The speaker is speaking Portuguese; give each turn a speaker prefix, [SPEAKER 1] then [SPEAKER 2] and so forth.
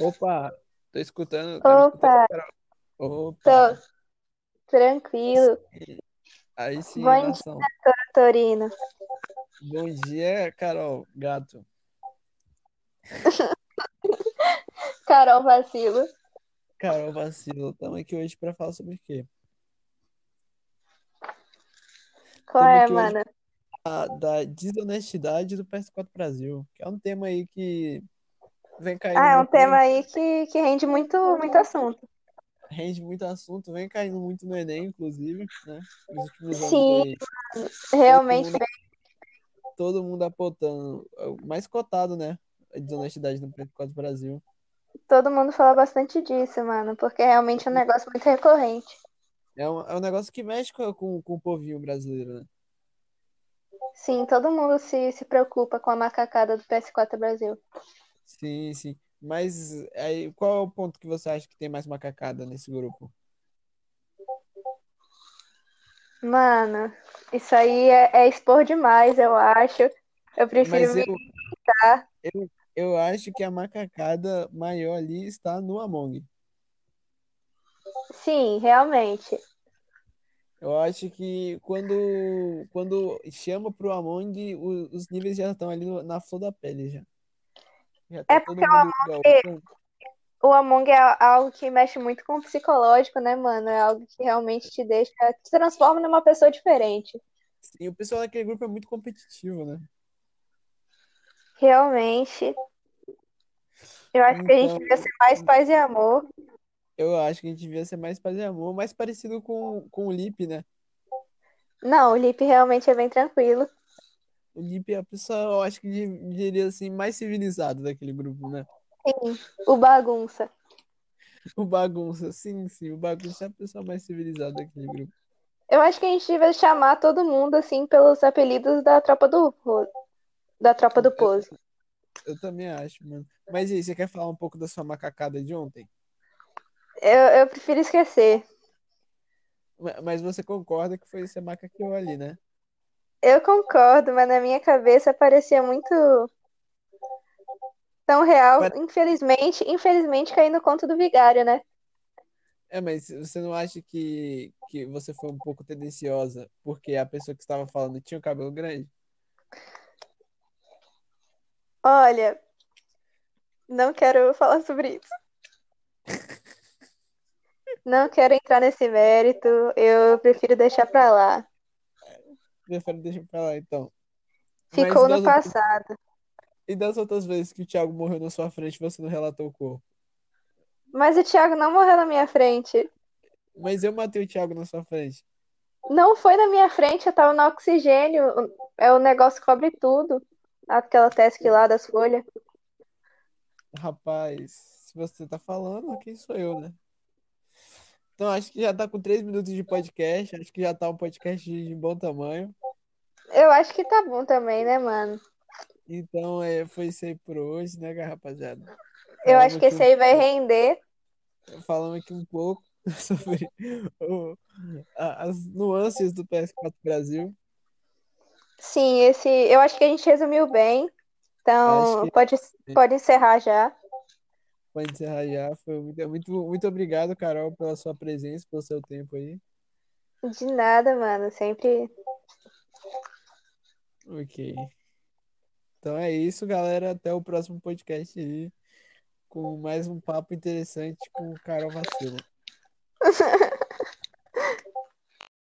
[SPEAKER 1] Opa, tô escutando. Tá me escutando?
[SPEAKER 2] Opa,
[SPEAKER 1] Opa,
[SPEAKER 2] tô tranquilo.
[SPEAKER 1] aí sim,
[SPEAKER 2] Bom dia,
[SPEAKER 1] nação.
[SPEAKER 2] Torino.
[SPEAKER 1] Bom dia, Carol, gato.
[SPEAKER 2] Carol Vacilo.
[SPEAKER 1] Carol, vacilo. Estamos aqui hoje para falar sobre o quê?
[SPEAKER 2] Qual
[SPEAKER 1] Estamos
[SPEAKER 2] é,
[SPEAKER 1] aqui hoje
[SPEAKER 2] mano?
[SPEAKER 1] pra falar Ah, da desonestidade do PS4 Brasil, que é um tema aí que vem caindo
[SPEAKER 2] Ah, é um
[SPEAKER 1] muito né? no
[SPEAKER 2] tema aí que, que rende muito, muito assunto.
[SPEAKER 1] rende muito assunto, vem caindo muito no Enem, inclusive, né? Nos últimos anos
[SPEAKER 2] Sim,
[SPEAKER 1] aí, todo
[SPEAKER 2] realmente
[SPEAKER 1] mundo
[SPEAKER 2] bem.
[SPEAKER 1] todo mundo apontando, é o mais cotado, né? A desonestidade no PS4 Brasil.
[SPEAKER 2] Todo mundo fala bastante disso, mano, porque realmente é um negócio muito recorrente.
[SPEAKER 1] É um, é um negócio que mexe com, com, com o povinho brasileiro, né?
[SPEAKER 2] Sim, todo mundo se, se preocupa com a macacada do PS4 Brasil.
[SPEAKER 1] Sim, sim. Mas aí, qual é o ponto que você acha que tem mais macacada nesse grupo?
[SPEAKER 2] Mano, isso aí é, é expor demais, eu acho. Eu prefiro
[SPEAKER 1] Mas é
[SPEAKER 2] me
[SPEAKER 1] eu,
[SPEAKER 2] irritar.
[SPEAKER 1] eu, eu acho que a macacada maior ali está no Among.
[SPEAKER 2] Sim, realmente.
[SPEAKER 1] Eu acho que quando, quando chama pro Among, o- os níveis já estão ali no- na flor da pele já. Já
[SPEAKER 2] É
[SPEAKER 1] tá todo
[SPEAKER 2] porque
[SPEAKER 1] mundo galopando.
[SPEAKER 2] O Among é algo que mexe muito com o psicológico, né, mano? É algo que realmente te deixa, te transforma numa pessoa diferente.
[SPEAKER 1] E o pessoal daquele grupo é muito competitivo, né?
[SPEAKER 2] Realmente, eu acho que a gente
[SPEAKER 1] Então,
[SPEAKER 2] devia ser mais paz e amor.
[SPEAKER 1] eu acho que a gente devia ser mais paz e amor, mais parecido com, com o Lipe, né?
[SPEAKER 2] Não, o Lipe realmente é bem tranquilo.
[SPEAKER 1] O Lipe é a pessoa, eu acho que di- diria assim, mais civilizado daquele grupo, né?
[SPEAKER 2] Sim, o bagunça.
[SPEAKER 1] O Bagunça, sim, sim, o Bagunça é a pessoa mais civilizada daquele grupo.
[SPEAKER 2] Eu acho que a gente devia chamar todo mundo, assim, pelos apelidos da tropa do, Po- da tropa do
[SPEAKER 1] Eu,
[SPEAKER 2] Pose.
[SPEAKER 1] eu também acho, mano. Mas e aí, você quer falar um pouco da sua macacada de ontem?
[SPEAKER 2] Eu, eu prefiro esquecer.
[SPEAKER 1] Ma- Mas você concorda que foi esse macaqueou ali, né?
[SPEAKER 2] Eu concordo, mas na minha cabeça parecia muito tão real.
[SPEAKER 1] Pare-
[SPEAKER 2] Infelizmente, infelizmente caí no conto do vigário, né?
[SPEAKER 1] É, mas você não acha que, que você foi um pouco tendenciosa porque a pessoa que estava falando tinha o cabelo grande?
[SPEAKER 2] Olha. Não quero falar sobre isso. Não quero entrar nesse mérito. Eu prefiro deixar pra lá.
[SPEAKER 1] Prefiro deixar pra lá, então. Mas
[SPEAKER 2] Ficou no
[SPEAKER 1] das outras-
[SPEAKER 2] passado.
[SPEAKER 1] e das outras vezes que o Thiago morreu na sua frente, você não relatou o corpo?
[SPEAKER 2] Mas o Thiago não morreu na minha frente.
[SPEAKER 1] Mas eu matei o Thiago na sua frente.
[SPEAKER 2] Não foi na minha frente, eu tava no oxigênio. É o negócio que cobre tudo. Aquela tesc lá das folhas.
[SPEAKER 1] Rapaz, se você tá falando, quem sou eu, né? Então, acho que já tá com três minutos de podcast. Acho que já tá um podcast de de bom tamanho.
[SPEAKER 2] Eu acho que tá bom também, né, mano?
[SPEAKER 1] Então, é, foi isso aí por hoje, né, rapaziada?
[SPEAKER 2] Eu
[SPEAKER 1] Falamos
[SPEAKER 2] acho que
[SPEAKER 1] aqui
[SPEAKER 2] esse
[SPEAKER 1] um,
[SPEAKER 2] aí vai render.
[SPEAKER 1] falamos aqui um pouco sobre o- a- as nuances do PS4 Brasil.
[SPEAKER 2] Sim, esse. Eu acho que a gente resumiu bem.
[SPEAKER 1] Acho
[SPEAKER 2] Então,
[SPEAKER 1] que
[SPEAKER 2] pode, pode encerrar já.
[SPEAKER 1] pode encerrar já. Foi muito, é muito, muito obrigado, Carol, pela sua presença, pelo seu tempo aí.
[SPEAKER 2] De nada, mano. Sempre.
[SPEAKER 1] Ok. Então é isso, galera. Até o próximo podcast aí, com mais um papo interessante com o Carol Vacilo.